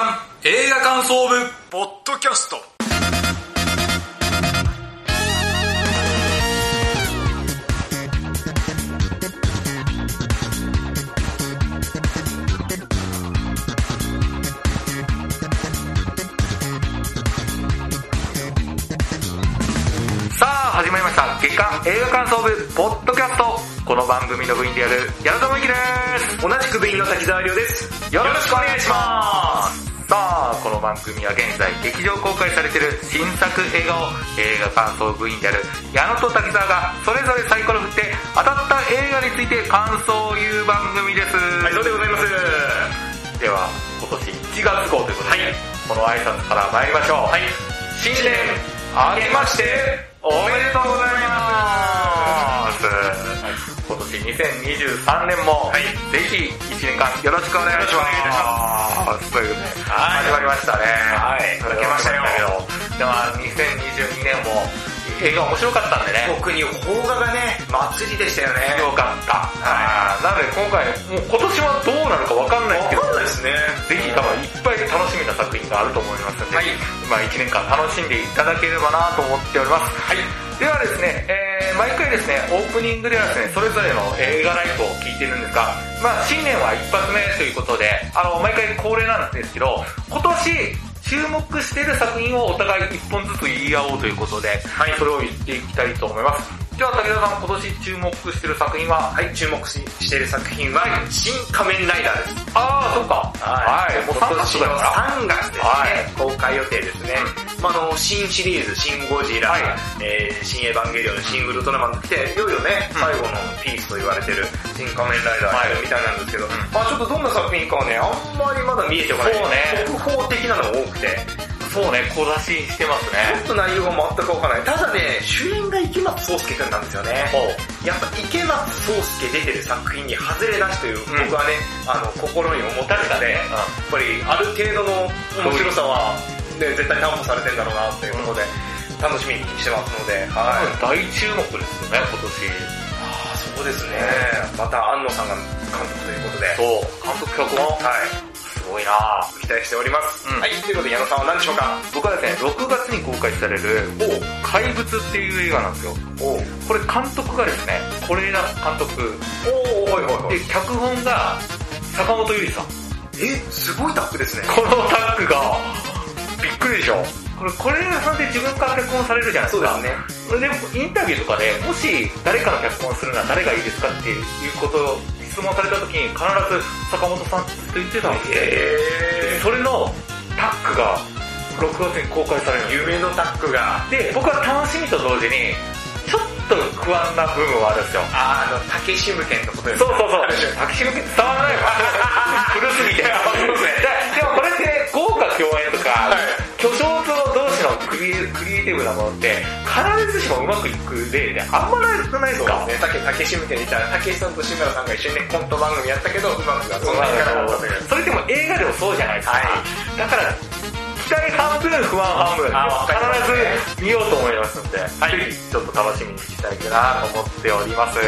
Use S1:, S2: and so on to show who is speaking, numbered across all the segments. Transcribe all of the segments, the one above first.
S1: 映画感想部ポッドキャストさあ始まりました月刊映画感想部ポッドキャストこの番組の部員である矢野智之です同じく部員の滝沢亮ですよろしくお願いしますさあこの番組は現在劇場公開されている新作映画を映画感想部員である矢野と滝沢がそれぞれサイコロ振って当たった映画について感想を言う番組ですはいそうでございますでは今年1月号ということで、この挨拶から参りましょうはい新年明けましておめでとうございます今年2023年も、ぜひ1年間よろしくお願いしますというね始まりましたね
S2: はい
S1: 明けましたよでは2022年も映画面白かったんでね
S2: 特に邦画がね、祭りでしたよね。
S1: よかった。なので今回、もう今年はどうなるかわかんないです
S2: んないですね。
S1: けど、ぜひ多分いっぱい楽しみな作品があると思いますので、
S2: はい
S1: まあ1年間楽しんでいただければなと思っております。ではですね、えー毎回ですね、オープニングではですね、それぞれの映画ライブを聞いてるんですが、まあ新年は一発目ということで、あの、毎回恒例なんですけど、今年、注目している作品をお互い1本ずつ言い合おうということで、それを言っていきたいと思います。では、武田さん、今年注目している作品は、
S2: はい、注目ししている作品は、新仮面ライダーです。
S1: ああ、そうか。はい、もう3月だから。
S2: 今年の3月ですね、
S1: はい
S2: 公開予定ですね。まあ、あの、新シリーズ、新ゴジラ、
S1: はい
S2: えー新エヴァンゲリオン、新ウルトラマンと来て、いよいよね、
S1: うん
S2: 最後のピースと言われてる新仮面ライダーになるみたいなんですけど、
S1: ん
S2: まあちょっとどんな作品かはね、あんまりまだ見えてこない。
S1: そうね
S2: 国宝的なのが多くて、
S1: そうね、小出ししてます
S2: ちょっ
S1: ね。
S2: と内容が全くわからない。ただね、主演が池松壮亮くんなんですよね。やっぱ池松壮亮出てる作品に外れなしという、
S1: ん
S2: 僕はね、あの、心に思ったので、やっぱりある程度の面白さは、ね、絶対担保されてんだろうなっていうことで、楽しみにしてますので、はい。
S1: 大注目ですよね、今年。
S2: ああ、そうですね。また安野さんが監督ということで、
S1: そう。監督脚本。
S2: はい。
S1: すごいな
S2: 期待しております。
S1: うん
S2: はい、ということで矢野さんは何でしょうか
S1: 僕はですね、6月に公開される、怪物っていう映画なんですよ。
S2: おお
S1: これ監督がですね、是枝監督。
S2: おおはいはいは
S1: で
S2: い。、
S1: 脚本が坂本ゆりさん。
S2: え、すごいタップですね。
S1: このタッグが、びっくりでしょ。これ、是枝さんって自分から脚本されるじゃないですか。
S2: ね。
S1: それでインタビューとかでもし誰かの脚本をするなら誰がいいですかっていうことを質問された時に必ず坂本さんずっと言ってたんですよ
S2: え
S1: それのタッグが6月に公開されるん
S2: ー、
S1: ですよ
S2: 夢のタッグが、
S1: で僕は楽しみと同時にちょっと不安な部分はあるんですよ
S2: あーあの、竹志武剣のことです
S1: そう
S2: ね
S1: そうそうタキシムって伝わらない わ古すぎて
S2: そうですね
S1: でもこれって豪華共演とか、
S2: い
S1: 巨匠と同士のクリエクリエイティブなものって必ずしもうまくいく例であんまない少ないですか
S2: ね、さっき竹志武剣いたら、竹志さんと志村さんが一緒にね、コント番組やったけど、うまくがそんなにいかなかったという。
S1: それでも映画でもそうじゃないですか、
S2: は
S1: だから期待半分不安半分
S2: あわかりますね
S1: 必ず見ようと思いますので、ぜひちょっと楽しみにしたいなと思っております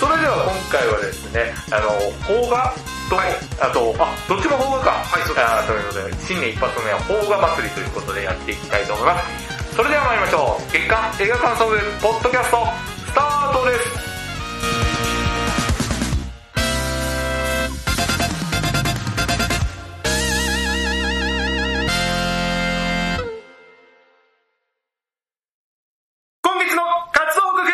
S1: それでは今回はですねあの邦画と、あとあどっちも邦画かはい
S2: そうです
S1: あということで新年一発目は邦画祭りということでやっていきたいと思いますそれでは参りましょう月刊映画感想部ポッドキャストスタートです
S2: 今月の活動報告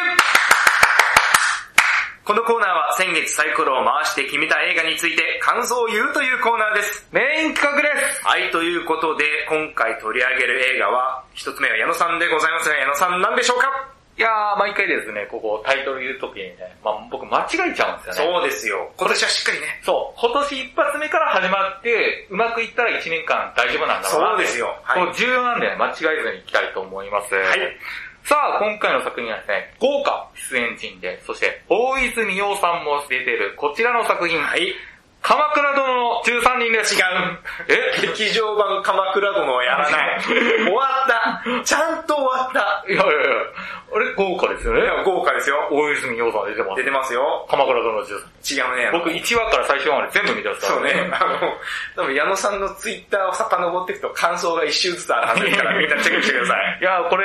S2: このコーナーは先月サイコロを回して決めた映画について感想を言うというコーナーです。
S1: メイン企画です
S2: はい、ということで、今回取り上げる映画は、一つ目は矢野さんでございますが、矢野さんなんでしょうか
S1: いやー、毎回ですね、ここタイトル言うときにね、まあ僕間違えちゃうんです
S2: そ
S1: よね。
S2: うですよ。今年はしっかりね。
S1: そう。今年一発目から始まって、うまくいったら1年間大丈夫なんだろう
S2: そ
S1: な。
S2: うですよはい
S1: この重要なんで間違えずにいきたいと思います。はいさあ、今回の作品はですね、豪華出演陣で、そして大泉洋さんも出てるこちらの作品。はい。鎌倉殿の13人です。違
S2: う。
S1: え
S2: 劇場版鎌倉殿はやらない。終わった。ちゃんと終わった。
S1: いやいやいや、あれ豪華ですよね。
S2: 豪華ですよ。
S1: 大泉洋さん出てま
S2: 出
S1: す。
S2: てますよ。
S1: 鎌倉殿の13。
S2: 違うね。
S1: 僕1話から最終話まで全部見てますか
S2: そう
S1: ら
S2: ね。。あの、多分矢野さんのツイッターを遡っていくと感想が一周ずつあるはずですから、みんなチェックしてください。
S1: いや、これ、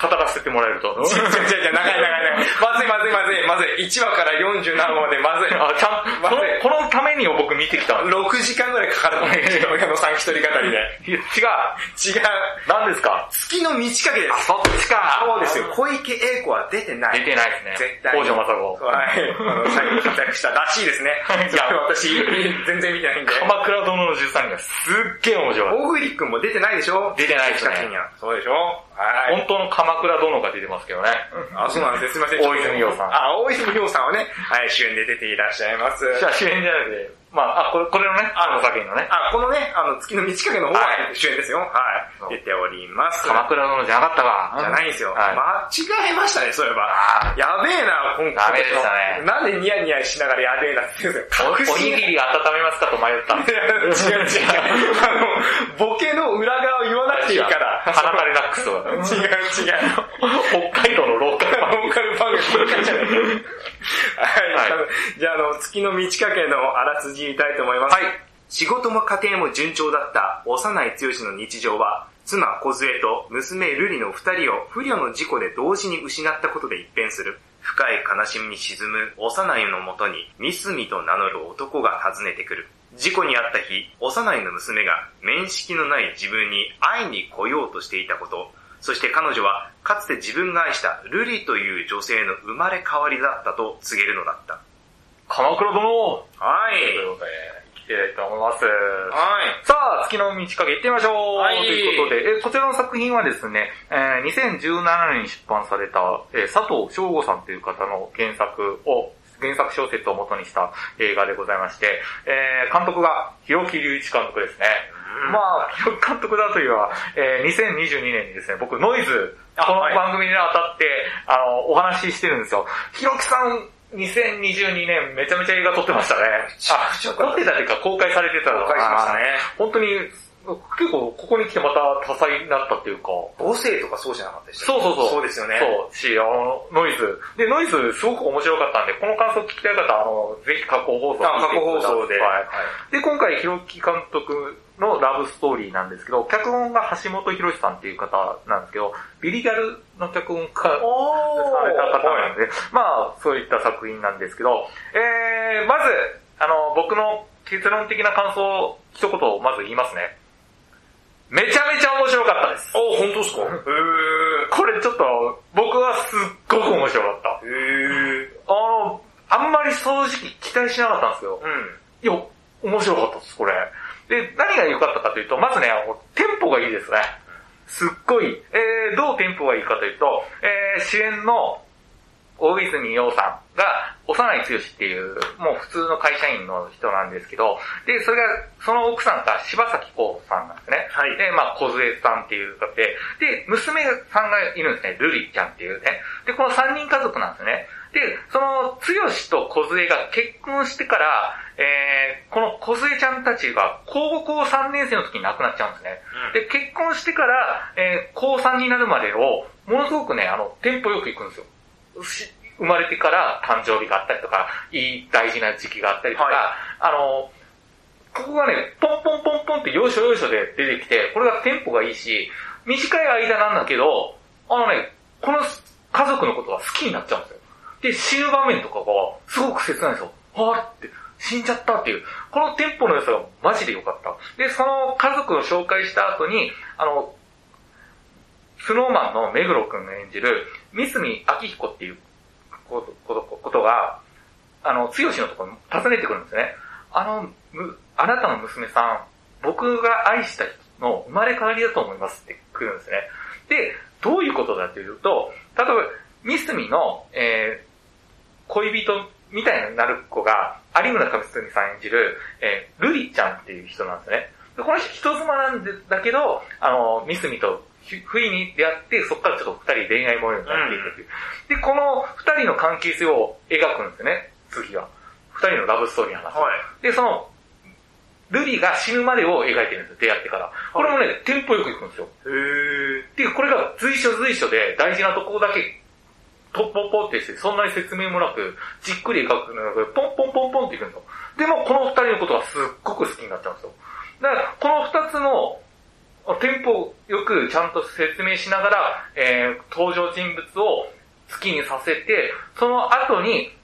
S1: 語らせてもらえると。
S2: 違う違う違う、長い長い長い。まずいまずいまずい、まずい。1話から47話までまずい。
S1: あ、ちゃん、
S2: ま
S1: こ
S2: ずい
S1: の、このために僕見てきたんで
S2: 6時間ぐらいかかると思う。矢野さん一人語りで。
S1: す。いや
S2: 違う。
S1: 違う。何ですか
S2: 月の満ち欠けです。
S1: そっちか。
S2: そうですよ。。小池栄子は出てない。
S1: 出てないですね。
S2: 絶対に。
S1: 北条政子。
S2: はい。あの、最後活躍したらしいですね。いや、私、全然見てないんで。
S1: 鎌倉殿の13人がすっげえ面白い。
S2: 大栗くんも出てないでしょ
S1: 出てないですね
S2: 近くにはそうでしょはい。
S1: 本当の鎌倉殿が出てますけどね。
S2: あ、そうなんですね。すいません。
S1: 大泉洋さん
S2: あ、大泉洋さんはね、はい、主演で出ていらっしゃいます。
S1: じゃあ主演じゃなくて、まあ、あ、これ、これのね、あの作品のね。
S2: あ、このね、あの、月の満ち欠けの方
S1: は
S2: はい主演ですよ。はい。出ております。
S1: 鎌倉殿じゃなかったか。
S2: じゃないんですよ。
S1: はい。
S2: 間違えましたね、そういえば。
S1: あ
S2: やべえな、今
S1: ダ
S2: 回。
S1: メでしたね
S2: なんでニヤニヤしながらやべえなって言うんです
S1: お
S2: よ。
S1: お
S2: 確信
S1: にぎり温めますかと迷ったん
S2: い
S1: です。
S2: や違う違う。 あの、ボケの裏側を言わ なくていいから。
S1: 花たれラックスと か。
S2: 違う違う。
S1: 北海道のローカル版。
S2: ローカル番組ばっかりじゃない。はい。
S1: は
S2: じゃあ、あの、月の満ち欠けのあらすじ言いたいと思います。
S1: はい
S2: 仕事も家庭も順調だった幼い剛の日常は、妻小杖と娘瑠璃の二人を不慮の事故で同時に失ったことで一変する。深い悲しみに沈む幼いのもとに、ミスミと名乗る男が訪ねてくる。事故に遭った日、幼いの娘が面識のない自分に会いに来ようとしていたこと、そして彼女はかつて自分が愛した瑠璃という女性の生まれ変わりだったと告げるのだった。
S1: 鎌倉殿
S2: は
S1: ということで、行きたいと思います。
S2: はい。
S1: さあ、月の満ち欠け行ってみましょう、
S2: はい
S1: ということで、えこちらの作品はですね、えー2017年に出版された、えー佐藤翔吾さんという方の原作を、原作小説を元にした映画でございまして、えー監督が、広木隆一監督ですね。
S2: うん
S1: まあ、広木監督だというのは、えー2022年にですね、僕、ノイズ、
S2: あ
S1: この
S2: はい
S1: 番組に当たって、あの、お話ししてるんですよ。広木さん、2022年めちゃめちゃ映画撮ってましたね。あ、撮ってたっていうか公開されてたの
S2: 紹
S1: か
S2: 介
S1: な
S2: しましたね。
S1: 本当に、結構ここに来てまた多彩になったっていうか、
S2: 母性とかそうじゃなかったでしたっ
S1: そうそうそう
S2: そうですよね。
S1: そう、し、あの、ノイズ。で、ノイズすごく面白かったんで、この感想聞きたい方は、あの、ぜひ過去放送
S2: あ
S1: 聞い
S2: 過
S1: て
S2: 去
S1: く
S2: 放
S1: ださい
S2: 送で。
S1: はいで、今回、ひろき監督のラブストーリーなんですけど、脚本が橋本博さんっていう方なんですけど、ビリギャルの脚本家
S2: お
S1: された方なんで、まあ、そういった作品なんですけど、えー、まず、あの、僕の結論的な感想を一言まず言いますね。めちゃめちゃ面白かったです。
S2: お本当ですかへ
S1: これちょっと、僕はすっごく面白かった。
S2: ー。へー。
S1: あの、あんまり正直期待しなかったんですよ。
S2: うん。
S1: いや、面白かったです、これ。で、何が良かったかというと、まずね、あのテンポがいいですね。すっごい。えー、どうテンポがいいかというと、えー、主演の大泉洋さんが、幼い剛っていう、もう普通の会社員の人なんですけど、で、それが、その奥さんが柴咲コウさんなんですね。
S2: はい
S1: で、まあ、小杖さんっていう方で、で、娘さんがいるんですね。ルリちゃんっていうね。で、この3人家族なんですね。で、その、剛と小杖が結婚してから、えー、この小杖ちゃんたちが高校3年生の時に亡くなっちゃうんですね。
S2: で、
S1: で、結婚してから、えー、高3になるまでを、ものすごくね、あの、テンポよく行くんですよ。し生まれてから誕生日があったりとか、いい大事な時期があったりとか、
S2: はい
S1: あの、ここがね、ポンポンポンポンって要所要所で出てきて、これがテンポがいいし、短い間なんだけど、あのね、この家族のことが好きになっちゃうんですよ。で、死ぬ場面とかが、すごく切ないんですよ。はーって、死んじゃったっていう。このテンポの良さがマジで良かった。で、その家族を紹介した後に、あの、スノーマンの目黒くんが演じる、三角明彦っていうことことことが、あの、剛のところに訪ねてくるんですね。あの、むあなたの娘さん、僕が愛した人の生まれ変わりだと思いますって来るんですね。で、どういうことだというと、例えば、三角の、えー恋人みたいになる子が、有村架純さん演じる、えー、ルリちゃんっていう人なんですね。でこの人人妻なんでだけど、あの、三角とひ不意に出会って、そこからちょっと二人恋愛模様になっていくっていう。で、この二人の関係性を描くんですよね、次は。二人のラブストーリーの話。
S2: はい。
S1: で、その、ルリが死ぬまでを描いてるんですよ、出会ってから。これもね、テンポよくいくんですよ。
S2: へー。
S1: で、これが随所随所で大事なところだけ、ポッポッポってして、そんなに説明もなく、じっくり描くのがなく、ポンポンポンポンっていくんですよ。でも、この二人のことがすっごく好きになっちゃうんですよ。だから、この二つの、テンポよくちゃんと説明しながら、えー登場人物を好きにさせて、その後に、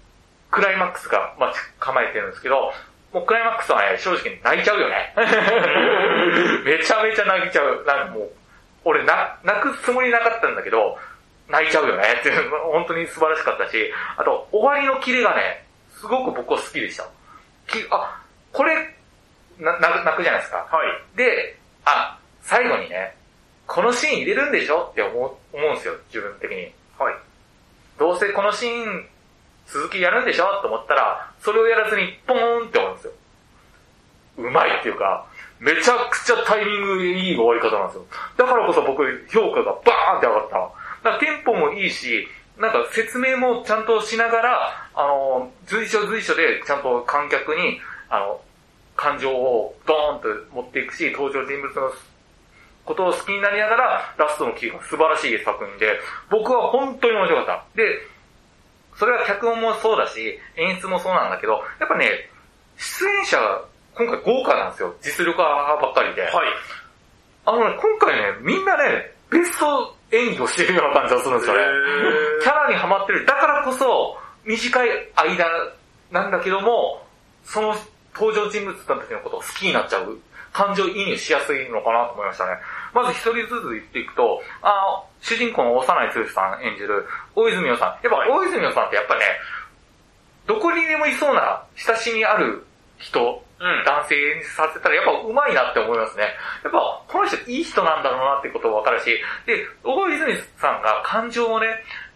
S1: クライマックスが待ち構えてるんですけど、もうクライマックスはね、正直泣いちゃうよね。めちゃめちゃ泣いちゃう。なんかもう、俺な、泣くつもりなかったんだけど、泣いちゃうよねっていう、本当に素晴らしかったし、あと、終わりのキレがね、すごく僕は好きでした。きあ、これ、な、な泣くじゃないですか。
S2: はい。
S1: で、あ、最後にね、このシーン入れるんでしょって思う、思うんですよ、自分的に。
S2: はい。
S1: どうせこのシーン、続きやるんでしょと思ったら、それをやらずにポーンって終わるんですよ。うまいっていうか、めちゃくちゃタイミングいい終わり方なんですよ。だからこそ僕、評価がバーンって上がった。だからテンポもいいし、なんか説明もちゃんとしながら、あの、随所随所でちゃんと観客に、あの、感情をドーンと持っていくし、登場人物のことを好きになりながら、ラストのキーが素晴らしい作品で、僕は本当に面白かった。で、それは脚本もそうだし、演出もそうなんだけど、やっぱね、出演者が今回豪華なんですよ。実力派ばっかりで。
S2: はい。
S1: あのね、今回ね、みんなね、ベスト演技をしてるような感じがするんですよね。
S2: へー
S1: キャラにはまってる。だからこそ、短い間なんだけども、その登場人物たちのことを好きになっちゃう。感情移入しやすいのかなと思いましたね。まず一人ずつ言っていくと、あの主人公の幼い剛さん演じる大泉洋さん。やっぱ大泉洋さんってやっぱね、どこにでもいそうな親しみある人
S2: うん。
S1: 男性にさせたらやっぱ上手いなって思いますね。やっぱこの人いい人なんだろうなってことがわかるし、で、大泉さんが感情をね、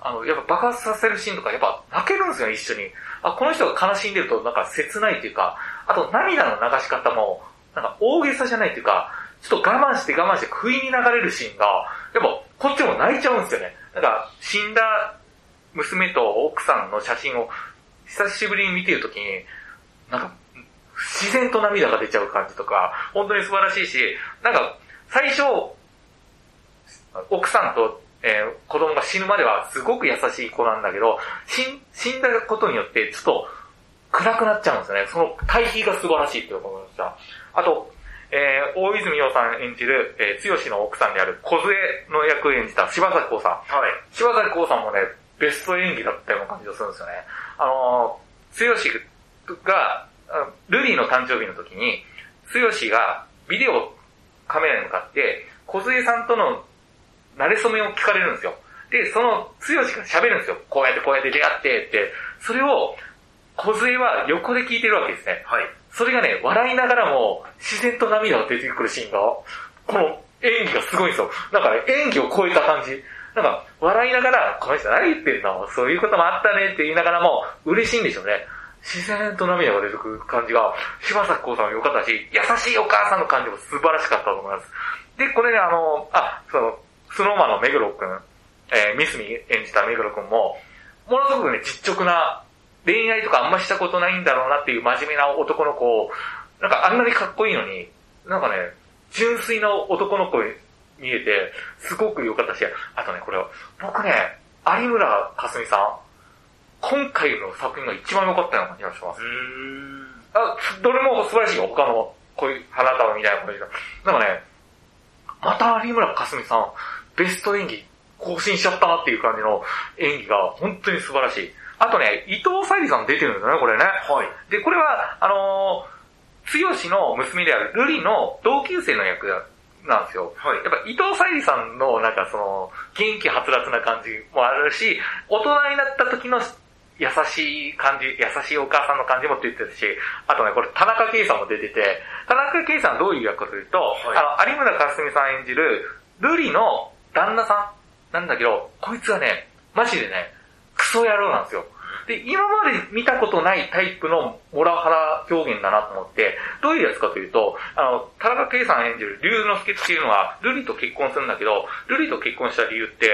S1: あの、やっぱ爆発させるシーンとかやっぱ泣けるんですよね、一緒に。あ、この人が悲しんでるとなんか切ないっていうか、あと涙の流し方も、なんか大げさじゃないっていうか、ちょっと我慢して我慢して不意に流れるシーンが、やっぱこっちも泣いちゃうんですよね。なんか死んだ娘と奥さんの写真を久しぶりに見てるときに、なんか自然と涙が出ちゃう感じとか、本当に素晴らしいし、なんか、最初、奥さんと、えー子供が死ぬまではすごく優しい子なんだけど、死ん死んだことによってちょっと暗くなっちゃうんですよね。その対比が素晴らしいって思いました。あと、えー大泉洋さん演じる、えー、剛の奥さんである小杖の役を演じた柴咲コウさん。
S2: はい。
S1: 柴崎孝さんもね、ベスト演技だったような感じがするんですよね。あのー、剛が、あルリーの誕生日の時に、剛がビデオカメラに向かって、小杉さんとの馴れ初めを聞かれるんですよ。で、その剛が喋るんですよ。こうやってこうやって出会ってって。それを、小杉は横で聞いてるわけですね。
S2: はい。
S1: それがね、笑いながらも、自然と涙が出てくるシーンが、この演技がすごいんですよ。なんかね、演技を超えた感じ。なんか、笑いながら、この人何言ってんのそういうこともあったねって言いながらも、嬉しいんでしょうね。自然と涙が出てくる感じが、柴咲コウさんも良かったし、優しいお母さんの感じも素晴らしかったと思います。で、これね、あの、あ、その、スノーマンの目黒くん、えーミスミ演じた目黒くんも、ものすごくね、実直な、恋愛とかあんましたことないんだろうなっていう真面目な男の子を、なんかあんなにかっこいいのに、なんかね、純粋な男の子に見えて、すごく良かったし、あとね、これは、僕ね、有村架純さん、今回の作品が一番良かったような気がします。
S2: うーん。
S1: あ、どれも素晴らしいよ。他の、こういう花束みたいな感じが。なんかね、また有村架純さん、ベスト演技更新しちゃったなっていう感じの演技が本当に素晴らしい。あとね、伊藤沙莉さん出てるんですよね、これね。
S2: はい。
S1: で、これは、あのー、剛の娘であるルリの同級生の役なんですよ。
S2: はい
S1: やっぱ伊藤沙莉さんのなんかその、元気はつらつな感じもあるし、大人になった時の優しい感じ、優しいお母さんの感じも出てるし、あとね、これ田中圭さんも出てて、田中圭さんはどういう役かというと、
S2: い
S1: あの、有村架純さん演じる、ルリの旦那さんなんだけど、こいつはね、マジでね、クソ野郎なんですよ。で、今まで見たことないタイプのモラハラ表現だなと思って、どういうやつかというと、あの、田中圭さん演じる龍之介っていうのは、ルリと結婚するんだけど、ルリと結婚した理由って、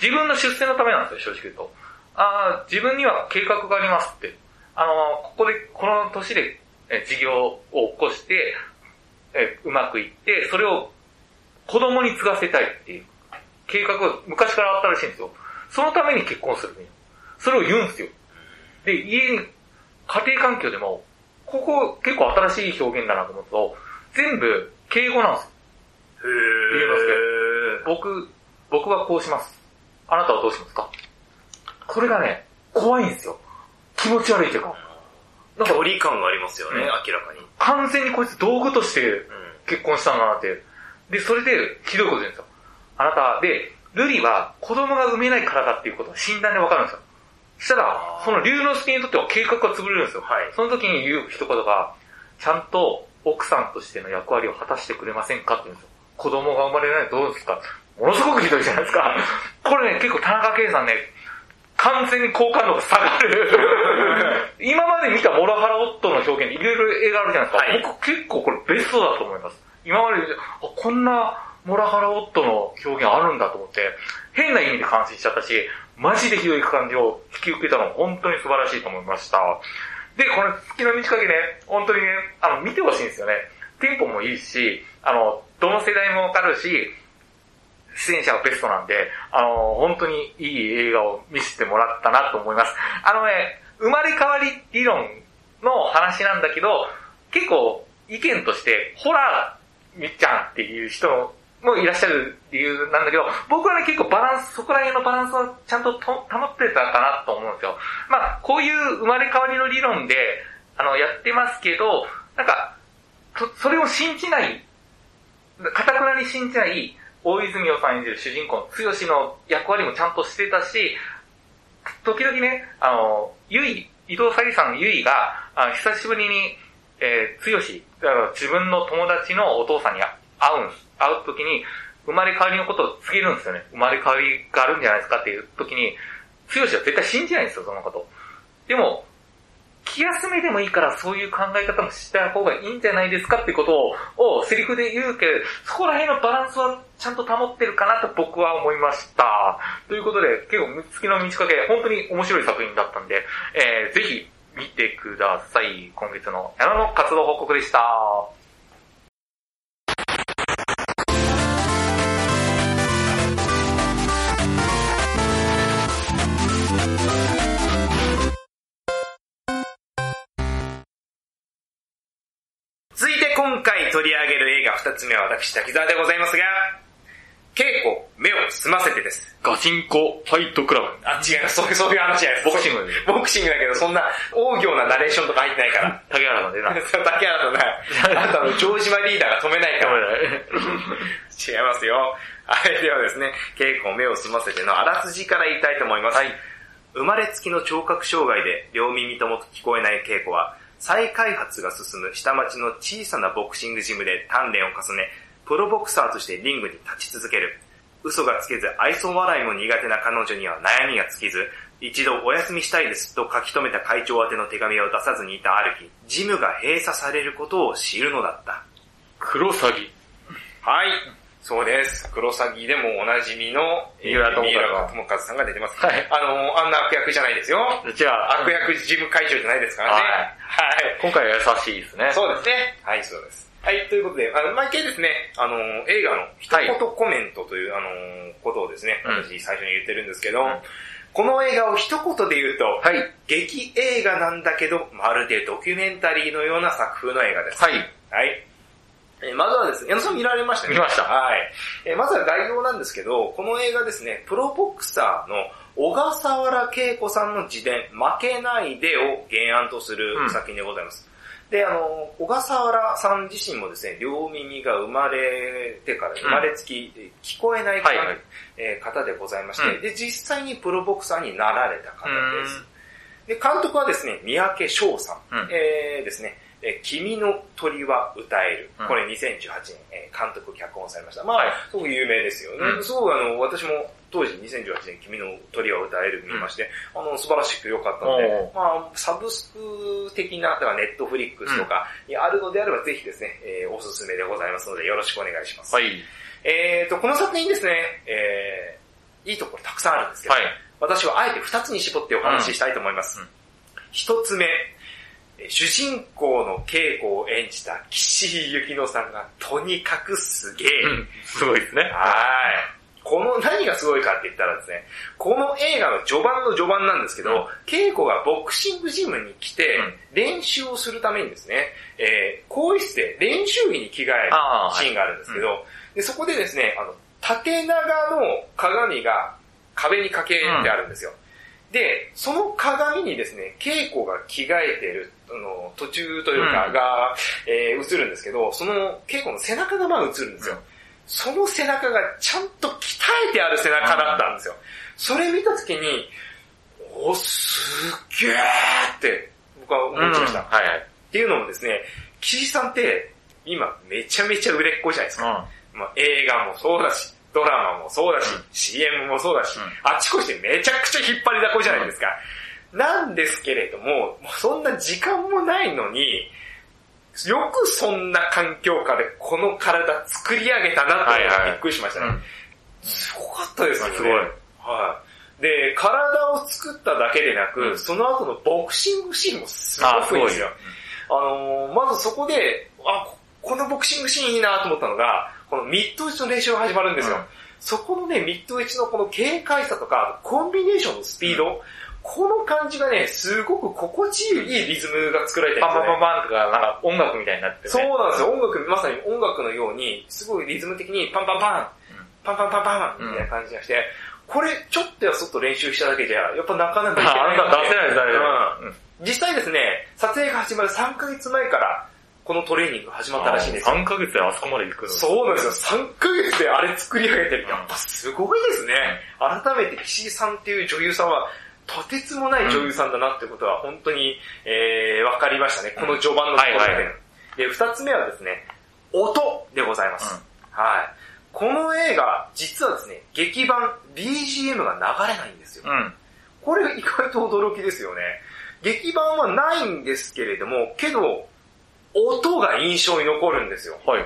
S1: 自分の出世のためなんですよ、正直言うと。ああ、自分には計画がありますって。あの、ここで、この年で、え事業を起こして、えうまくいって、それを子供に継がせたいっていう計画が昔からあったらしいんですよ。そのために結婚するのよ。それを言うんですよ。で、家に、家庭環境でも、ここ結構新しい表現だなと思うと、全部敬語なんですよ。
S2: へ
S1: 言えます
S2: え。
S1: 僕、僕はこうします。あなたはどうしますかこれがね、怖いんですよ。気持ち悪いというか。なん
S2: 距
S1: か、
S2: 離感がありますよね、
S1: うん
S2: 明らかに。
S1: 完全にこいつ道具として
S2: う
S1: 結婚したんだなって。で、それで、ひどいこと言うんですよ。あなた、で、ルリは子供が産めないからだっていうことは診断でわかるんですよ。した
S2: あ
S1: ら
S2: ー、
S1: その龍之介にとっては計画が潰れるんですよ。
S2: はい
S1: その時に言う一言が、ちゃんと奥さんとしての役割を果たしてくれませんかって言うんですよ。子供が生まれないとどうですかものすごくひどいじゃないですか。これね、結構田中圭さんね、完全に好感度が下がる。今まで見たモラハラ夫の表現でいろいろ映画あるじゃないですか。
S2: はい
S1: 僕結構これベストだと思います。今まで見て、あこんなモラハラ夫の表現あるんだと思って、変な意味で感心しちゃったし、マジでひどい感じを引き受けたのは本当に素晴らしいと思いました。で、この月の満ち欠けね、本当にね、あの、見てほしいんですよね。テンポもいいし、あの、どの世代もわかるし、出演者はベストなんで、あの、本当にいい映画を見せてもらったなと思います。あのね、生まれ変わり理論の話なんだけど、結構意見として、ホラーみっちゃんっていう人もいらっしゃる理由なんだけど、僕はね、結構バランス、そこら辺のバランスはちゃんとと保ってたかなと思うんですよ。まあ、こういう生まれ変わりの理論で、あの、やってますけど、なんか、とそれを信じないかたくなに信じない、大泉洋さん演じる主人公の剛の役割もちゃんとしてたし、時々ね、あの、ゆい、伊藤沙莉さんのゆいが、あの久しぶりに、えー、剛、あの自分の友達のお父さんに会うんです、会う時に、生まれ変わりのことを告げるんですよね。生まれ変わりがあるんじゃないですかっていう時に、剛は絶対信じないんですよ、そのこと。でも、気休めでもいいからそういう考え方もした方がいいんじゃないですかってことを、をセリフで言うけど、そこら辺のバランスはちゃんと保ってるかなと僕は思いました。ということで、結構、月の満ち欠け、本当に面白い作品だったんで、えー、ぜひ見てください。今月の矢野の活動報告でした。
S2: 続いて今回取り上げる映画二つ目は私、滝沢でございますが、稽古、目を澄ませてです。
S1: ガチンコファイトクラブ。
S2: あ、違う、そういう、そういう話じゃないです。
S1: ボクシング
S2: ボクシングだけど、そんな、大行なナレーションとか入ってないから。
S1: 竹原さんでな。
S2: 竹原とな、あとあの、城島リーダーが止めないから。 違いますよ。あれではですね、稽古目を澄ませてのあらすじから言いたいと思います。生まれつきの聴覚障害で両耳とも聞こえない稽古は、再開発が進む下町の小さなボクシングジムで鍛錬を重ね、プロボクサーとしてリングに立ち続ける。嘘がつけず愛想笑いも苦手な彼女には悩みが尽きず、一度お休みしたいですと書き留めた会長宛ての手紙を出さずにいたある日、ジムが閉鎖されることを知るのだった。
S1: 黒詐欺。
S2: はい。そうです。黒詐欺でもおなじみの、えー
S1: 三浦友和
S2: 三浦友和さんが出てます。
S1: はい
S2: あのーあんな悪役じゃないですよ。
S1: じゃあ、
S2: 悪役事務会長じゃないですからね。はい。
S1: 今回は優しいですね。
S2: そうですね。はい、そうです。はい、ということで、あの、毎回ですね、あのー映画の一
S1: はい
S2: 言コメントという、あのーことをですね、
S1: うん
S2: 私最初に言ってるんですけど、
S1: うん
S2: この映画を一言で言うと、
S1: はい。
S2: 劇映画なんだけど、まるでドキュメンタリーのような作風の映画です。
S1: はい。
S2: はい。えーまずはですね、矢野さん見られましたね。
S1: 見ました
S2: はい。えーまずは概要なんですけど、この映画ですね、プロボクサーの小笠原恵子さんの自伝、負けないでを原案とする
S1: うん
S2: 作品でございます。で、あの、小笠原さん自身もですね、両耳が生まれてから、生まれつき、えー聞こえない、
S1: はいはい
S2: えー方でございまして、
S1: うん
S2: で、実際にプロボクサーになられた方で
S1: う
S2: す。で、監督はですね、三宅翔さん。
S1: うん
S2: えーですね、えー君の鳥は歌える
S1: う。ん
S2: これ2018年、えー監督、脚本されました。まあ、
S1: はい
S2: すごく有名ですよね。
S1: うん
S2: すごくあの、私も当時2018年、君の鳥は歌える見まして、あの、素晴らしく良かったの
S1: お
S2: で
S1: う、
S2: まあ、サブスク的な、だからネットフリックスとかにあるのであれば、ぜひですね、えーおすすめでございますので、よろしくお願いします。
S1: はい。
S2: えーと、この作品ですね、えーいいところたくさんあるんですけど、
S1: はい。
S2: 私はあえて2つに絞ってお話ししたいと思います。
S1: うん
S2: 一つ目、えー主人公の稽古を演じた岸井ゆきのさんがとにかくすげえ。
S1: うん。すごいですね。
S2: はい。この、何がすごいかって言ったらですね、この映画の序盤の序盤なんですけど、
S1: うん
S2: 稽古がボクシングジムに来て
S1: うん、
S2: 練習をするためにですね、えー、更衣室で練習着に着替える
S1: あーはい
S2: シーンがあるんですけど、でそこでですね、あの、縦長の鏡が壁にかけてあるんですよ。で、その鏡にですね、稽古が着替えてる、あの、途中というか
S1: うん
S2: が、えー映るんですけど、その稽古の背中がまあ映るんですよ。
S1: うん
S2: その背中がちゃんと鍛えてある背中だったんですよ。それ見たときに、お、すっげーって僕は思いました。
S1: うん
S2: っ
S1: はいはい。
S2: ていうのもですね、岸井さんって今めちゃめちゃ売れっ子じゃないですか。まあ、映画もそうだし、ドラマもそうだし、
S1: うん
S2: CM もそうだし、
S1: うん
S2: あちこちでめちゃくちゃ引っ張りだこじゃないですか。なんですけれども、もうそんな時間もないのに、よくそんな環境下でこの体作り上げたなっ
S1: はいは
S2: て
S1: い
S2: びっくりしましたね。
S1: うん
S2: すごかったですよね。
S1: すごい
S2: はい。で、体を作っただけでなく、
S1: うん
S2: その後のボクシングシーンもす
S1: あー
S2: ごくいいんですよ。あのーまずそこで、あ、ここのボクシングシーンいいなと思ったのが、このミッドウェッジの練習が始まるんですよ。
S1: うん
S2: そこのね、ミッドウェッジのこの軽快さとか、コンビネーションのスピード、この感じがね、すごく心地いいリズムが作られてるん
S1: パ
S2: で
S1: ン
S2: すよ
S1: パ
S2: ね
S1: ンパンパンとか、なんか音楽みたいになってるね。
S2: そうなんですよ。音楽、まさに音楽のように、すごいリズム的にパンパンパン、パンパンパンパンみたいな感じがして、これちょっとやそっと練習しただけじゃ、やっぱなかなかいけ
S1: あ
S2: な
S1: あ
S2: い
S1: んた
S2: な
S1: 出せないです、誰でも
S2: うん実際ですね、撮影が始まる3ヶ月前から、このトレーニングが始まったらしいんですよ。
S1: 3ヶ月であそこまで行くの。
S2: そうなんですよ。3ヶ月であれ作り上げてる。
S1: うん
S2: やっぱすごいですね。改めて岸井さんっていう女優さんは、とてつもない女優さんだなってことは本当に、えー、わかりましたね。この序盤のところで。
S1: はいはいは
S2: で、二つ目はですね、音でございます。
S1: うん
S2: はい。この映画、実はですね、劇版 BGM が流れないんですよ。
S1: うん。
S2: これ意外と驚きですよね。劇版はないんですけれども、けど、音が印象に残るんですよ。
S1: はい。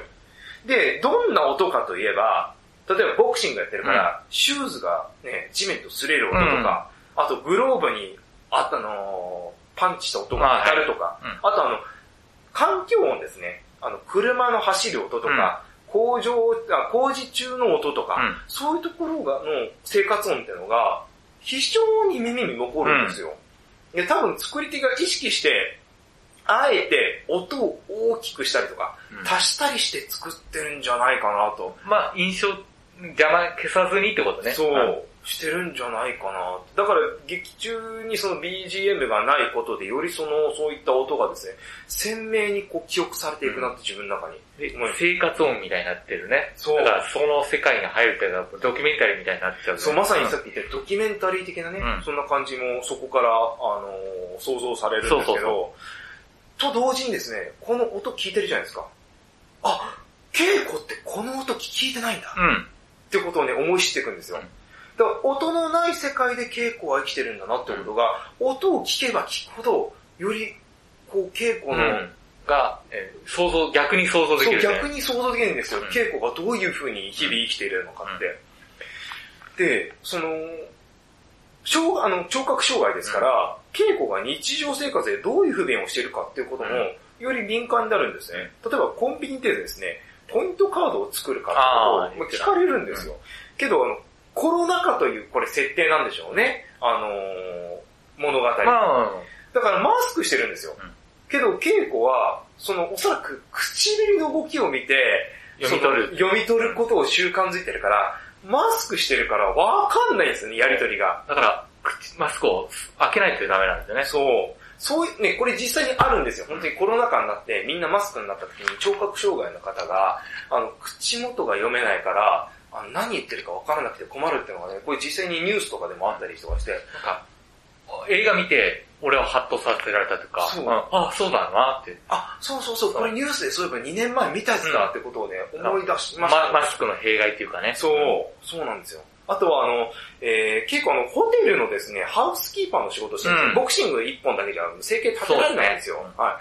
S2: で、どんな音かといえば、例えばボクシングやってるから、シューズがね、地面と擦れる音とか、あとグローブに、ああのーパンチした音が当たるとか、
S1: はいはい
S2: あとあの、環境音ですね。あの、車の走る音とか、工場、あ工事中の音とか、
S1: うん
S2: そういうところが、の生活音っていうのが、非常に耳に残るんですよ。で、多分作り手が意識して、あえて音を大きくしたりとか、
S1: うん
S2: 足したりして作ってるんじゃないかなと。
S1: まあ印象、邪魔消さずにってことね。
S2: そ
S1: ん
S2: う。してるんじゃないかなと。だから劇中にその BGM がないことで、よりその、そういった音がですね、鮮明にこう記憶されていくなって自分の中に。
S1: で
S2: うん
S1: 生活音みたいになってるね。
S2: そう
S1: だからその世界に入るっていうのはドキュメンタリーみたいになっちゃうね。
S2: そう、まさにさ
S1: ん
S2: っき言ったドキュメンタリー的なね、
S1: うん
S2: そんな感じもそこから、あのー想像されるんですけど、
S1: そうそ
S2: と
S1: う
S2: 同時にですね、この音聞いてるじゃないですか。あ、稽古ってこの音聞いてないんだ。
S1: うん。
S2: ってことをね、思い知っていくんですよ。
S1: うん
S2: だから音のない世界で稽古は生きてるんだなってことが、音を聞けば聞くほど、より、こう、稽古
S1: こ
S2: の、
S1: の、が、えー想像、逆に想像でき
S2: そう
S1: る、ね。
S2: 逆に想像できるんですよ。
S1: うん
S2: 稽古がどういう風に日々生きているのかって。で、その、障あの聴覚障害ですから、稽古が日常生活でどういう不便をしているかっていうことも、より敏感になるんですね。例えばコンビニでですね、ポイントカードを作るか
S1: あ
S2: っ
S1: ー
S2: てことをまあ聞かれるんですよ。けど、あの、コロナ禍という、これ設定なんでしょうね。あのー物語。
S1: まあ、
S2: だからマスクしてるんですよ。
S1: うん
S2: けど、稽古は、その、おそらく唇の動きを見て、
S1: 読み取る
S2: その読み取ることを習慣づいてるから、マスクしてるからわかんないんですよね、やりとりが。
S1: だから、口、マスクを開けないとダメなんですよね。
S2: そう。そういう、ね、これ実際にあるんですよ。本当にコロナ禍になって、みんなマスクになった時に聴覚障害の方が、あの、口元が読めないから、あの何言ってるかわからなくて困るっていうのがね、これ実際にニュースとかでもあったりとかして、
S1: なんか、映画見て、俺はハッとさせられたというか、
S2: そうん
S1: あ、そうだなって。
S2: あ、そうそうそう、これニュースでそういえば2年前見たやつだってことをね、
S1: うん
S2: 思い出しま
S1: ま
S2: したね、
S1: マスクの弊害っていうかね。
S2: そう、そうなんですよ。あとは、あの、えー、結構あの、ホテルのですね、ハウスキーパーの仕事をしてるんですよ
S1: うん
S2: ボクシング一本だけじゃ、整形立てられないんですよ
S1: そうですね
S2: はい。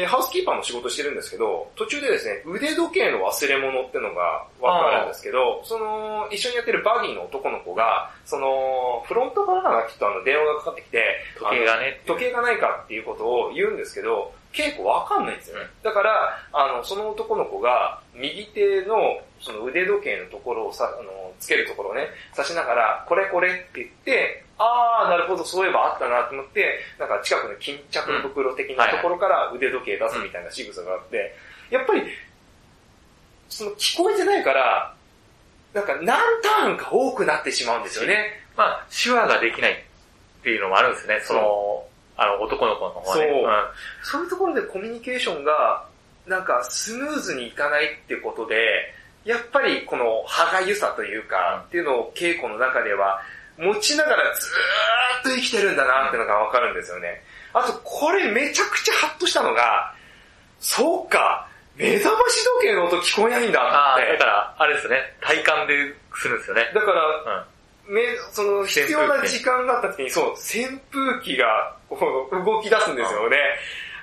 S2: で、ハウスキーパーの仕事をしてるんですけど、途中でですね、腕時計の忘れ物ってのがわかるんですけど、その、一緒にやってるバギーの男の子が、その、フロントからかな、きっとあの、電話がかかってきて、
S1: 時計がだねっていう
S2: 時計がないかっていうことを言うんですけど、結構わかんないんですよね。だから、あの、その男の子が、右手の、その腕時計のところをさ、あの、つけるところをね、刺しながら、これこれって言って、あー、なるほど、そういえばあったなと思って、なんか近くの巾着袋的なところから腕時計出すみたいな仕草があって、やっぱり、その聞こえてないから、なんか何ターンか多くなってしまうんですよね。
S1: まあ、手話ができないっていうのもあるんですね、その、あの、男の子の方は
S2: そ
S1: ね。
S2: うんそういうところでコミュニケーションが、なんかスムーズにいかないってことで、やっぱりこの歯がゆさというか、っていうのを稽古の中では、持ちながらずーっと生きてるんだなっていうのがわかるんですよね。あと、これめちゃくちゃハッとしたのが、そうか、目覚まし時計の音聞こえないんだ
S1: あ
S2: っ
S1: あ、だ
S2: て
S1: か。ら、あれですね、体感でするんですよね。
S2: だから、
S1: うん。
S2: め、その、
S1: 風機
S2: 必要な時間があった時に、そう、扇風機が、こう、動き出すんですよね。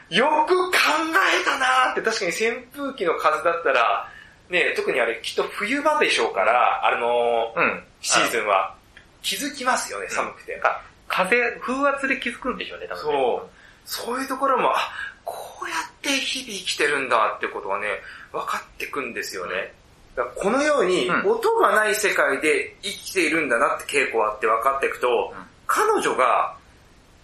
S2: よく考えたなーって、確かに扇風機の数だったら、ね、特にあれ、きっと冬場でしょうから、あのー
S1: うん。
S2: シーズンは、気づきますよね、寒くて。
S1: 風、風圧で気づくんでしょうね、多分ね。
S2: そう。そういうところも、あ、こうやって日々生きてるんだってことがね、分かってくんですよね。だからこのように、
S1: うん
S2: 音がない世界で生きているんだなって傾向あって分かっていくと、
S1: うん
S2: 彼女が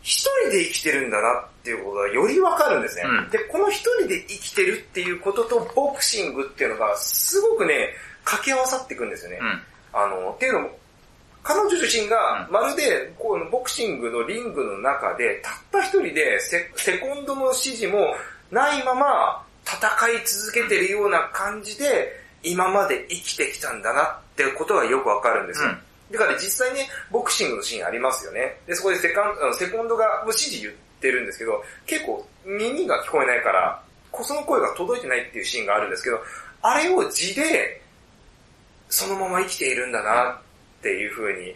S2: 一人で生きてるんだなっていうことがより分かるんですね。
S1: うん
S2: で、この一人で生きてるっていうこととボクシングっていうのがすごくね、掛け合わさっていくんですよね。
S1: うん。
S2: あの、っていうのも、彼女自身が
S1: う
S2: まるでこうボクシングのリングの中でたった一人でセセコンドの指示もないまま戦い続けてるような感じで今まで生きてきたんだなってことがよくわかるんですよ。だから実際ね、ボクシングのシーンありますよね。で、そこでセカンあのセコンドがもう指示言ってるんですけど、結構耳が聞こえないから、こその声が届いてないっていうシーンがあるんですけど、あれを字で、そのまま生きているんだなっていうふうに、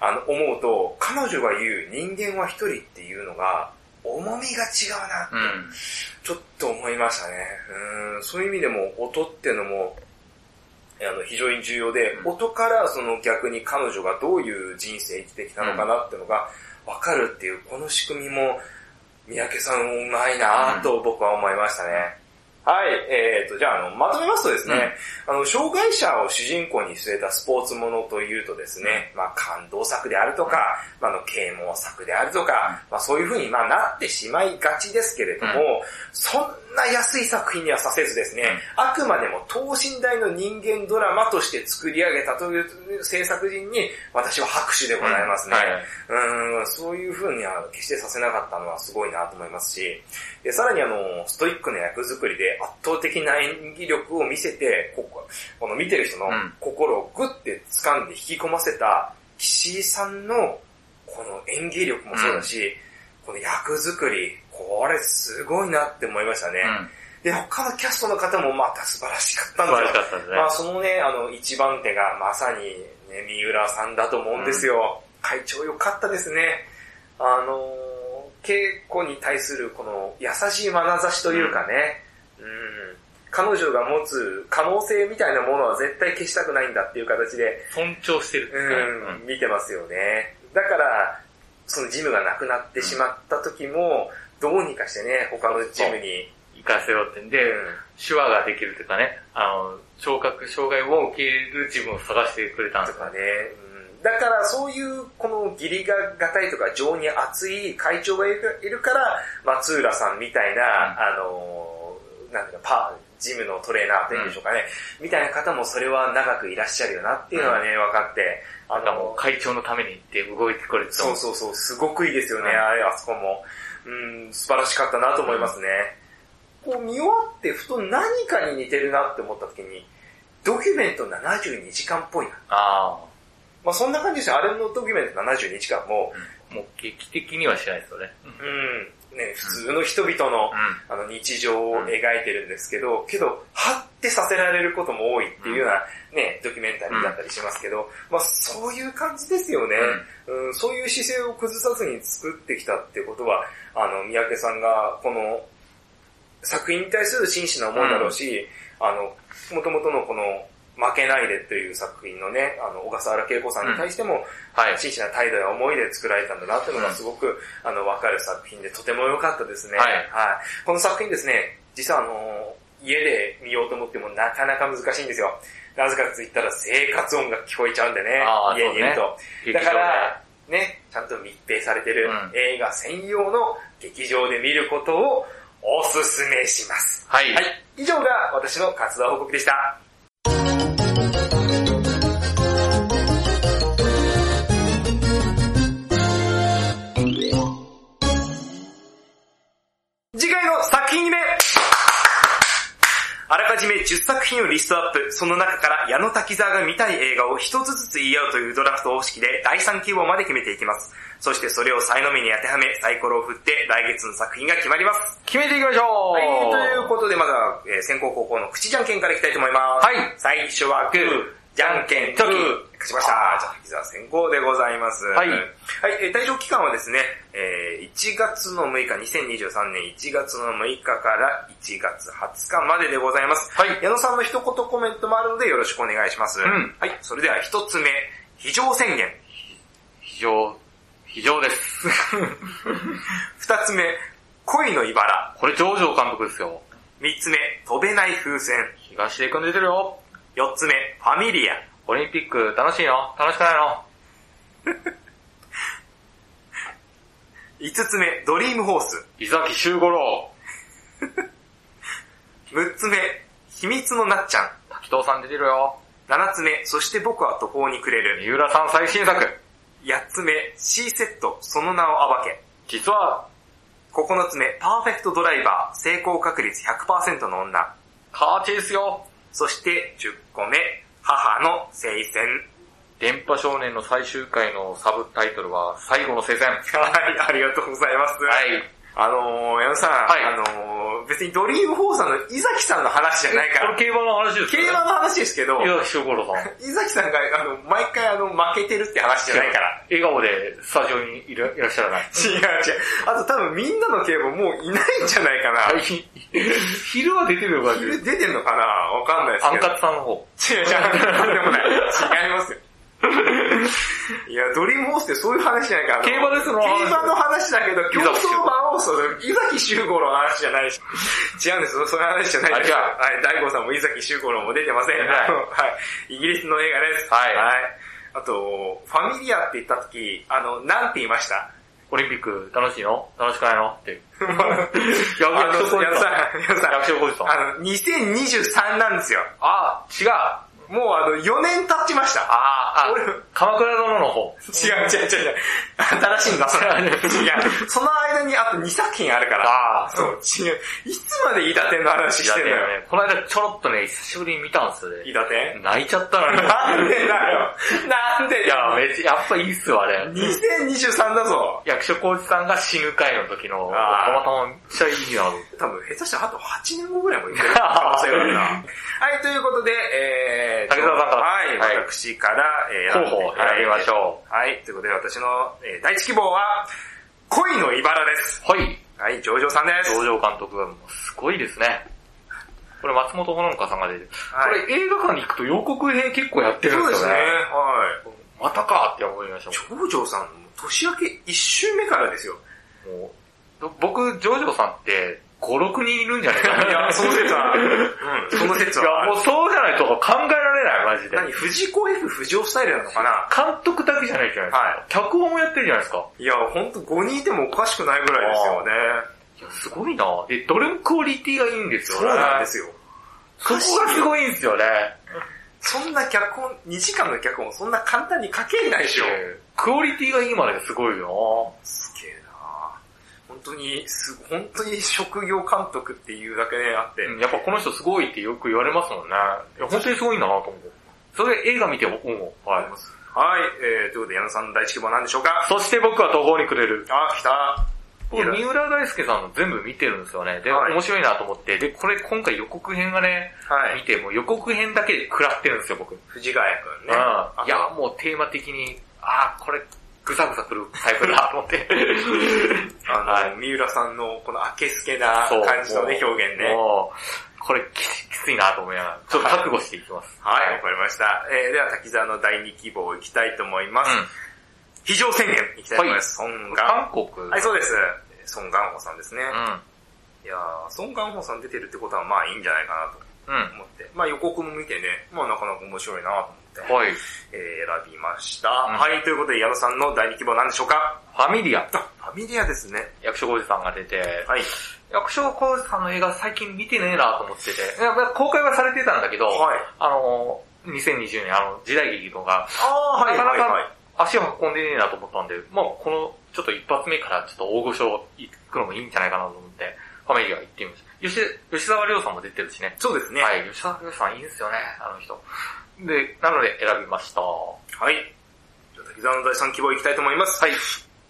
S2: あの、思うと、彼女が言う人間は一人っていうのが、重みが違うなって
S1: うん。うん。
S2: ちょっと思いましたね。うんそういう意味でも音ってのもあの非常に重要で、
S1: うん
S2: 音からその逆に彼女がどういう人生生きてきたのかなってのが分かるっていう、この仕組みも三宅さんうまいなぁと僕は思いましたね。はい、えー、と、じゃあ、あの、まとめますとですね、あの、障害者を主人公に据えたスポーツものというとですね、まあ、感動作であるとか、まあ、あの、啓蒙作であるとか、まあ、そういうふうに、まあ、なってしまいがちですけれども、そんな安い作品にはさせずですね、あくまでも等身大の人間ドラマとして作り上げたという制作陣に、私は拍手でございますね。
S1: はいはい。
S2: うん、そういう風には決してさせなかったのはすごいなと思いますし、でさらにあの、ストイックな役作りで圧倒的な演技力を見せて、こここの見てる人の
S1: うん
S2: 心をグッて掴んで引き込ませた岸井さんのこの演技力もそうだし、この役作り、これすごいなって思いましたね。
S1: うん。
S2: で、他のキャストの方もまた素晴らしかったん
S1: 素
S2: です
S1: 晴
S2: よ
S1: らし。かったですね
S2: まあ。そのね、あの、一番手がまさに、ね、三浦さんだと思うんですよ。会長良かったですね。あのー、稽古に対するこの優しい眼差しというかね、うん、彼女が持つ可能性みたいなものは絶対消したくないんだっていう形で、
S1: 尊重してるっていうかね。
S2: うん、見てますよね。だから、そのジムがなくなってしまった時も、どうにかしてね、他のジムに。
S1: 行かせようってんで、手話ができるというかね、あの、聴覚障害を受ける自分を探してくれたんで
S2: と
S1: すよ
S2: かね。うんだからそういうこの義理が堅いとか情に熱い会長がいるいるから、松浦さんみたいな、あのー、なんていうか、パジムのトレーナーというんでしょうかね、みたいな方もそれは長くいらっしゃるよなっていうのはね、分かって、あ
S1: なんかもう会長のために行って動いてくれてたも
S2: そ
S1: ん
S2: うそうそう、すごくいいですよね、
S1: うん
S2: あれ、あそこも。うん、素晴らしかったなと思いますね。こう見終わって、ふと何かに似てるなって思った時に、ドキュメント72時間っぽいな。
S1: あ
S2: まあそんな感じですよ。あれのドキュメント72時間も、
S1: あ。もう劇的にはしないですよね。うん。
S2: うん、ね、普通の人々の、あの日常を描いてるんですけど、けど、はってさせられることも多いっていうようなね、ドキュメンタリーだったりしますけど、まあそういう感じですよね。うん、そういう姿勢を崩さずに作ってきたってことは、あの、三宅さんが、この、作品に対する真摯な思いだろうし、あの、元々のこの、負けないでという作品のね、あの、小笠原恵子さんに対しても、
S1: はい。
S2: 真摯な態度や思いで作られたんだなっていうのがすごく、あの、わかる作品で、とても良かったですね。
S1: はい
S2: この作品ですね、実はあの、家で見ようと思ってもなかなか難しいんですよ。なぜかと言ったら生活音が聞こえちゃうんでね
S1: あ、ー
S2: 家にいると。だか
S1: 劇場で
S2: ら、ね、ちゃんと密閉されてる
S1: うん
S2: 映画専用の劇場で見ることをおすすめします。
S1: はい。
S2: はい、以上が私の活動報告でした。次回の作品目あらかじめ10作品をリストアップ、その中から矢野滝沢が見たい映画を一つずつ言い合うというドラフト方式で第3希望まで決めていきます。そしてそれを才能目に当てはめ、サイコロを振って来月の作品が決まります。
S1: 決めていきましょう
S2: はい、ということでまずは、えー先行後攻の口じゃんけんからいきたいと思います。
S1: はい
S2: 最初はグー、じゃんけん、とき。勝ちました。じゃあ、滝沢先行でございます。
S1: はい
S2: はい、えー対象期間はですね、えー1月の6日、2023年1月の6日から1月20日まででございます。
S1: はい
S2: 矢野さんの一言コメントもあるのでよろしくお願いします。
S1: ん
S2: はい、それでは一つ目、非常宣言。
S1: 非常、非常です。
S2: 二つ目、恋の茨。
S1: これ、ジョージョ監督ですよ。
S2: 三つ目、飛べない風船。
S1: 東出君出てるよ。
S2: 四つ目、ファミリア。
S1: オリンピック楽しいの楽しくないの
S2: 5つ目、ドリームホース。
S1: 伊崎修五郎。
S2: 6つ目、秘密のなっちゃん。
S1: 滝藤さん出てるよ。
S2: 7つ目、そして僕は途方に暮れる。
S1: 三浦さん最新作。
S2: 8つ目、C セット、その名を暴け。
S1: 実は、
S2: 9つ目、パーフェクトドライバー、成功確率100%の女。
S1: カーチェイスよ。
S2: そして10個目、母の青春。
S1: 電波少年の最終回のサブタイトルは、最後の聖戦。は
S2: はい、ありがとうございます。
S1: い。
S2: あのー、矢野さん、
S1: はい
S2: あのー、別にドリームホースさんの伊崎さんの話じゃないか
S1: こ
S2: ら、
S1: れ競馬の話です
S2: 競馬の話ですけど、
S1: 馬伊崎修五郎さん。
S2: 伊崎さんがあの毎回あの負けてるって話じゃないから。。
S1: 笑顔でスタジオにいらいらっしゃらない。
S2: 違う違う。あと多分みんなの競馬もういないんじゃないかな。
S1: 昼は出てるよ、マジで
S2: 昼出てんのかなわかんないです
S1: ア
S2: け
S1: ン
S2: ど
S1: カ。ツさんの方。
S2: 違う違う、なんでもない。違いますよ。いや、ドリームホースってそういう話じゃないから。
S1: 競馬ですの
S2: 競馬の話だけど、競
S1: 崎
S2: 争馬を、その、伊崎修五郎の話じゃないし。違うんですよ、そういう話じゃないです。
S1: あ
S2: はい、大悟さんも伊崎修五郎も出てません。
S1: はい
S2: あのはい。イギリスの映画です。
S1: はい
S2: あと、ファミリアって言った時、あの、なんて言いました
S1: オリンピック楽しいの楽しくないの って。
S2: あの、
S1: や
S2: 矢
S1: べ
S2: 野さん、
S1: 役所
S2: 矢野さん
S1: 役所広司さん。
S2: あの、2023なんですよ。
S1: あ、違う。あ
S2: もうあの、4年経ちました。
S1: あ、
S2: 俺
S1: 鎌倉殿の方。
S2: 違う違う違う違う。新しいんだ、そ れ。違う。その間にあと2作品あるから。
S1: ああ、
S2: そう、違う。いつまで伊達の話してんのよ。
S1: ね。この間ちょろっとね、久しぶりに見たんですよ
S2: 伊
S1: ね。
S2: 達
S1: 泣いちゃった のに。
S2: なんでだよ。なんで
S1: いや、
S2: だよ。
S1: めっちゃ、やっぱいいっすよ、あれ。
S2: 2023だぞ。
S1: 役所広司さんが死ぬ回の時の、た
S2: あ
S1: ま
S2: ー
S1: たまめっちゃいいなと思って。
S2: 多分下手したらあと8年後ぐらいもいける可能性がある な。はい、ということで、えー、
S1: 竹澤さんから
S2: はい、
S1: はい
S2: 私から、え
S1: 候補を選びまし
S2: う。
S1: ょ
S2: はい、ということで私の、えー第一希望は、恋の茨です。
S1: う。はい。
S2: はい、上場さんです。
S1: 道場監督がもうすごいですね。これ松本穂香さんが出てる。
S2: はい
S1: これ映画館に行くと予告編結構やってる
S2: そ
S1: ん
S2: う
S1: で
S2: ですす
S1: よ
S2: ね、
S1: ね。
S2: はい。
S1: またかって思いました
S2: 上場さん、年明け1週目からですよ。
S1: もん。もうど僕、ジョジョさんって5、6人いるんじゃないか
S2: い
S1: な。
S2: や、その説は、
S1: い
S2: うん、その説
S1: や、も
S2: は、
S1: うそうじゃないと考えられない、マジで。
S2: 何、藤子 F 不二雄スタイルなのかな
S1: 監督だけじゃないじゃないですか。
S2: は
S1: 脚本もやってるじゃないですか。
S2: いや、ほんと5人いてもおかしくないぐらいですよね。
S1: いや、すごいなで、どれもクオリティがいいんですよ
S2: そ
S1: ね。
S2: うなんですよ。
S1: そこがすごいんですよね。
S2: そんな脚本、2時間の脚本そんな簡単に書けないでしょ。
S1: クオリティがいいまでがすごいよ
S2: すげえな本当に、す、本当に職業監督っていうだけであって、
S1: うんやっぱこの人すごいってよく言われますもんね。いや、本当にすごいんだなと思う。それ映画見て僕も。は
S2: ありま。すはい、えー、ということで矢野さんの第一希望は何でしょうか
S1: そして僕は途方に暮れる。
S2: あー、来た。
S1: 僕、三浦大輔さんの全部見てるんですよね。で、
S2: はい
S1: 面白いなと思って。で、これ今回予告編がね、
S2: は
S1: 見
S2: い。
S1: て、もう予告編だけで食らってるんですよ、僕。うん。い
S2: 藤ヶ谷くんね。
S1: や
S2: あ、
S1: もうテーマ的に、ああ、これぐさぐさくるタイプだと思って。
S2: あの、
S1: はい
S2: 三浦さんのこのあけすけな
S1: そう
S2: 感じのね、
S1: もう
S2: 表現ね。
S1: もう、これききついなと思いながら、ちょっと覚悟していきます。
S2: はい、わかりました。えー、では、滝沢の第二希望いきたいと思います。非常宣言いきたいと思います。
S1: うん。
S2: 孫
S1: 韓
S2: が
S1: 国。
S2: はい、
S1: う。
S2: そうです。孫元穂さんですね。
S1: う
S2: いやー、孫元穂さん出てるってことはまあいいんじゃないかなと
S1: ん。うん。
S2: 思って。まあ予告も見てね、まあなかなか面白いなと思って、
S1: はい。
S2: えー、選びました、
S1: ん
S2: はい、ということで矢野さんの第二希望なんでしょうか
S1: ファミリア。
S2: あ、ファミリアですね。
S1: 役所広司さんが出て、
S2: はい。
S1: 役所広司さんの映画最近見てねえなと思ってて、いやまあ公開はされてたんだけど、
S2: はい。
S1: あの、2020年、あの、時代劇とか、
S2: あー、はい、
S1: なかな
S2: はい、
S1: か
S2: はい。
S1: 足を運んでねえなと思ったんで、まあこの、ちょっと一発目からちょっと大御所行くのもいいんじゃないかなと思って、ファミリア行ってみました。吉吉沢亮さんも出てるしね。
S2: そうですね。
S1: はい、吉沢亮さんいいんですよね、あの人。で、なので選びました。は
S2: はい。じゃあ、滝沢の第三希望いきたいと思います。
S1: い。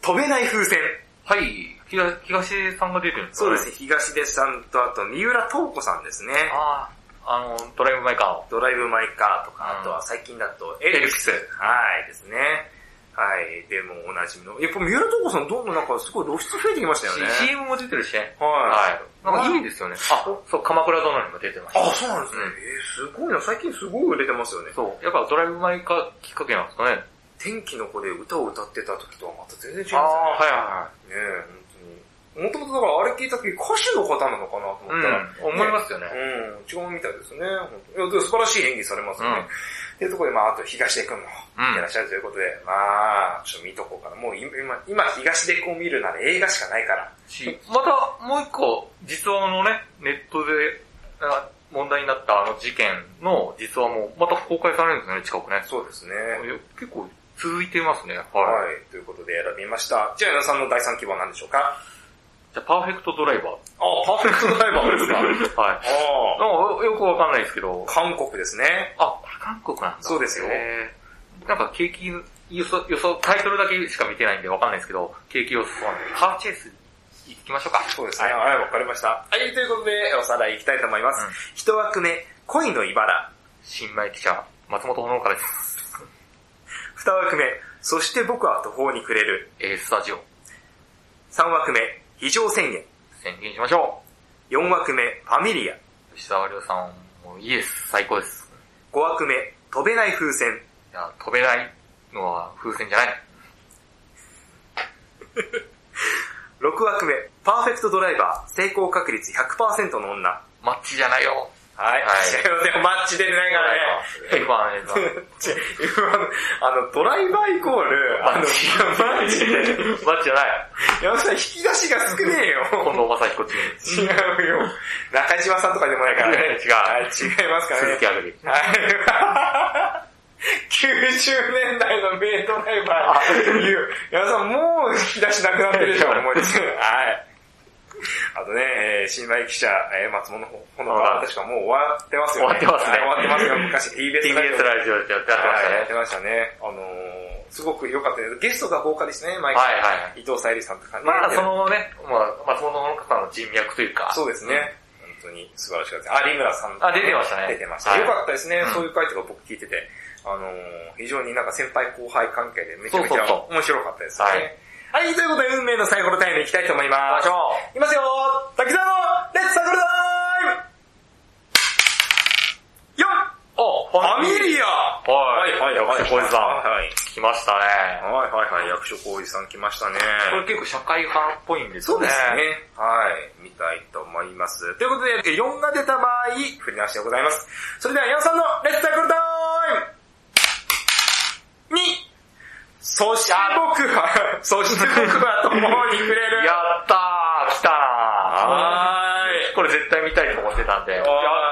S2: 飛べない風船。
S1: はい、東東さんが出てるんです
S2: そ
S1: か
S2: う
S1: ね
S2: ですね、東出さんと、あと、三浦透子さんですね。
S1: ああ、あの、ドライブ・マイ・カーを。
S2: ドライブ・マイ・カーと
S1: うん
S2: か、あとは最近だと、エレクス。
S1: エレク
S2: はい、ですね。はい、でもおなじみの。やっぱ三浦透子さんどんどんなんかすごい露出増えてきましたよね。
S1: し CM も出てるしね。
S2: は
S1: はい。なんかいいですよね。あ、そう、鎌倉殿にも出てま
S2: い。
S1: した。
S2: あ、そうなんですね。えー、すごいな。最近すごい売れてますよね。
S1: そう。やっぱドライブ・マイ・カーきっかけなんですかね。
S2: 天気の子で歌を歌ってた時とはまた全然違います
S1: あ
S2: よね。
S1: あ、はいは
S2: ねえ、本当に。もともとだからあれ聞いた時歌手の方なのかなと思った
S1: い
S2: ら、
S1: はい。うん、思いますよね。
S2: うん、違うみたいですね。本当にいやでも素晴らしい演技されますよね。
S1: うん
S2: っていうところで、まあ、あと東出くんも
S1: うん
S2: いらっしゃるということで、まあ、ちょっと見とこうかな。もう今、今東出くんを見るなら映画しかないから。
S1: し、またもう一個、実話のね、ネットであ問題になったあの事件の実話もまた公開されるんですよね、近くね。
S2: そうですね。
S1: 結構続いてますね。はい。
S2: はい、ということで選びました。じゃあ、矢野さんの第3希望は何でしょうかあ、
S1: じゃあ、パーフェクトドライバー。
S2: パーフェクトドライバーですか
S1: はい。
S2: ああ、
S1: なんかよくわかんないですけど、
S2: 韓国ですね。
S1: あ、これ韓国なんだ。
S2: そうですよ
S1: へーなんか景気の予想、予想、タイトルだけしか見てないんでわかんないですけど、景気予想なんで、パーチェイス行きましょうか。
S2: そうですね。
S1: はい
S2: はい、わかりました。はい、ということで、おさらいいきたいと思います
S1: うん。
S2: 一、枠目、恋の茨。
S1: 新米記者、松本穂香です。
S2: 二枠目、そして僕は途方に暮れる。
S1: えー、スタジオ、
S2: 三枠目、非常宣言。
S1: 宣言しましょ
S2: 4枠目、ファミリア。
S1: う。吉沢亮さん、もういいです。最高です。
S2: 5枠目、飛べない風船。
S1: いや、飛べないのは風船じゃない。
S2: 6枠目、パーフェクトドライバー、成功確率100%の女。
S1: マッチじゃないよ。
S2: はい。
S1: はい
S2: 違いますよ、マッチ出てないからね。
S1: エヴァン、エヴァン。
S2: 違うあの、ドライバーイコール、あの、マッチで、
S1: マッチじゃない。
S2: 山田さん引き出しが少ねえ
S1: 近
S2: よ。
S1: 藤正彦チーム。
S2: 違うよ。中島さんとかでもないからね。
S1: 違う
S2: はい、違いますからね
S1: 鈴木。あぐり。
S2: はい。90年代の名ドライバーいう、山田さんもう引き出しなくなってるでしょ、思いです。はい。あとね、えー、新米記者、えー、松本ほほのかは確かもう終わってますよね。
S1: 終わってますね
S2: はい終わって ますよ、昔 TBS ラジオ
S1: TBS
S2: で。
S1: ラジオでやってました
S2: はい、やっ
S1: ね
S2: て。ましたね。あのー、すごく良かったです。ゲストが豪華ですね、毎
S1: は
S2: 回。
S1: いはいはい。
S2: 伊藤沙莉さんとかね。
S1: まあ、そのね、まあ、松本の方の人脈というか。
S2: そうですね。本当に素晴らしかったです。あ、リムラさんとか
S1: あ出てましたね
S2: 出てました。
S1: はい
S2: よかったですね
S1: う。ん
S2: そういう回とか僕聞いてて、あのー、非常になんか先輩後輩関係でめちゃめちゃ
S1: そうそうそ
S2: 面白かったですね。はい、ということで運命のサイコロタイムいきたいと思いま
S1: 行き
S2: す
S1: ましょ。
S2: いきますよ滝沢のレッツサイコロタイム !4! フ
S1: う。お、フ
S2: ァミリア
S1: はい
S2: はい、はい、
S1: 役所広司さん
S2: はい、
S1: 来ましたね。
S2: はい、はい、はい、役所広司さん来ましたね。
S1: これ結構社会派っぽいんですね。
S2: そうですね。。はい。見たいと思います。ということで、4が出た場合、振り直しでございます。それでは、矢野さんのレッツサイクルタイム !2! そして僕は、 そして僕はともに触れる。
S1: やったー、来たな
S2: は
S1: ー。これ絶対見たいと思ってたんで。やっ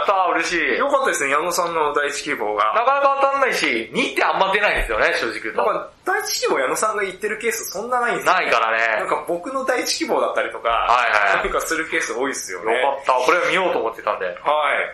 S1: たー、嬉し
S2: ーい。
S1: い。
S2: よかったですね、矢野さんの第一希望が。
S1: なかなか当たんないし、2ってあんま出ないんですよね、正直言う
S2: なん
S1: と。
S2: か、第一希望矢野さんが言ってるケースそんなないんですよ。
S1: ないから
S2: なん
S1: ね。
S2: か僕の第一希望だったりとか、
S1: はいはい
S2: なんかするケース多いですよね。
S1: よかった。これは見ようと思ってたんで。
S2: はい。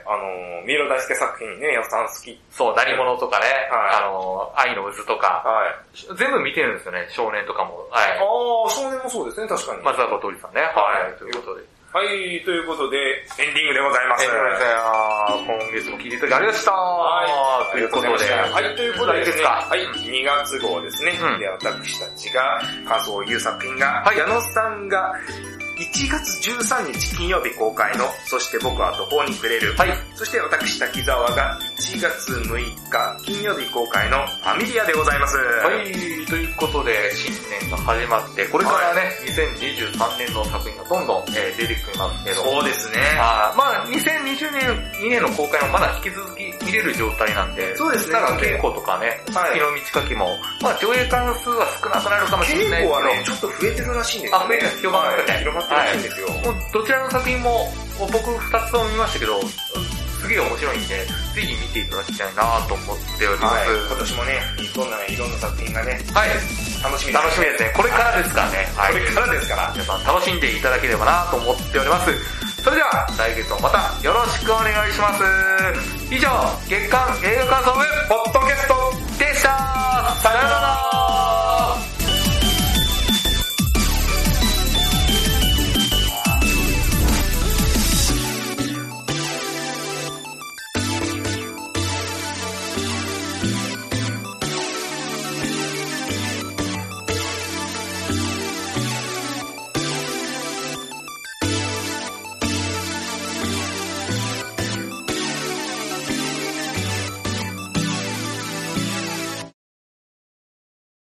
S2: あのー、三浦大輔作品ね、矢野さん好き
S1: そう、何者とかね、
S2: はい
S1: あの、愛の渦とか、
S2: はい。
S1: 全部見てるんですよね、少年とかも。は
S2: あ
S1: い。
S2: あ、少年もそうですね、確かに。
S1: 松坂桃李さんね。
S2: はい
S1: ということで。
S2: はい、ということで、エンディングでございます。
S1: えー今月も聞いていただきありがとうございました。
S2: は
S1: ということで。
S2: は、
S1: はいい、
S2: ということでですね、
S1: は
S2: はいい、2月号ですね。
S1: うん
S2: で、私たちが感想を言う作品が、
S1: はい
S2: 矢野さんが1月13日金曜日公開の、そして僕は途方に暮れる、
S1: はい、
S2: そして私滝沢が1月6日金曜日公開のファミリアでございます。
S1: はい、ということで、新年が始まって、これからね、2023年の作品がどんどん、えー出てきますけど、
S2: そうですね。
S1: あーまあ2020年、2年の公開もまだ引き続き見れる状態なんで、
S2: そうですね
S1: だから稽古とかね、
S2: はい
S1: 月の満ち欠けも、まあ上映関数は少なくなるかもし
S2: 稽
S1: れないで
S2: 古
S1: す
S2: はね、ちょっと増えてるらしいんです
S1: あ増えてる広まってるね
S2: はい広まってるらしいんですよ。
S1: けど、もうどちらの作品も、僕2つとも見ましたけど、すげえ面白いんで、ぜひ見ていただきたいなと思っておりま
S2: はい
S1: す。
S2: 今年もね、どんな、いろんな作品がね、
S1: はい、
S2: 楽しみ
S1: 楽しみですね。これからですからね。は
S2: こ
S1: い
S2: れからですから。
S1: 皆さん楽しんでいただければなと思っております。それでは来月もまたよろしくお願いします。以上、月刊映画感想部ポッドキャストでしたさよなら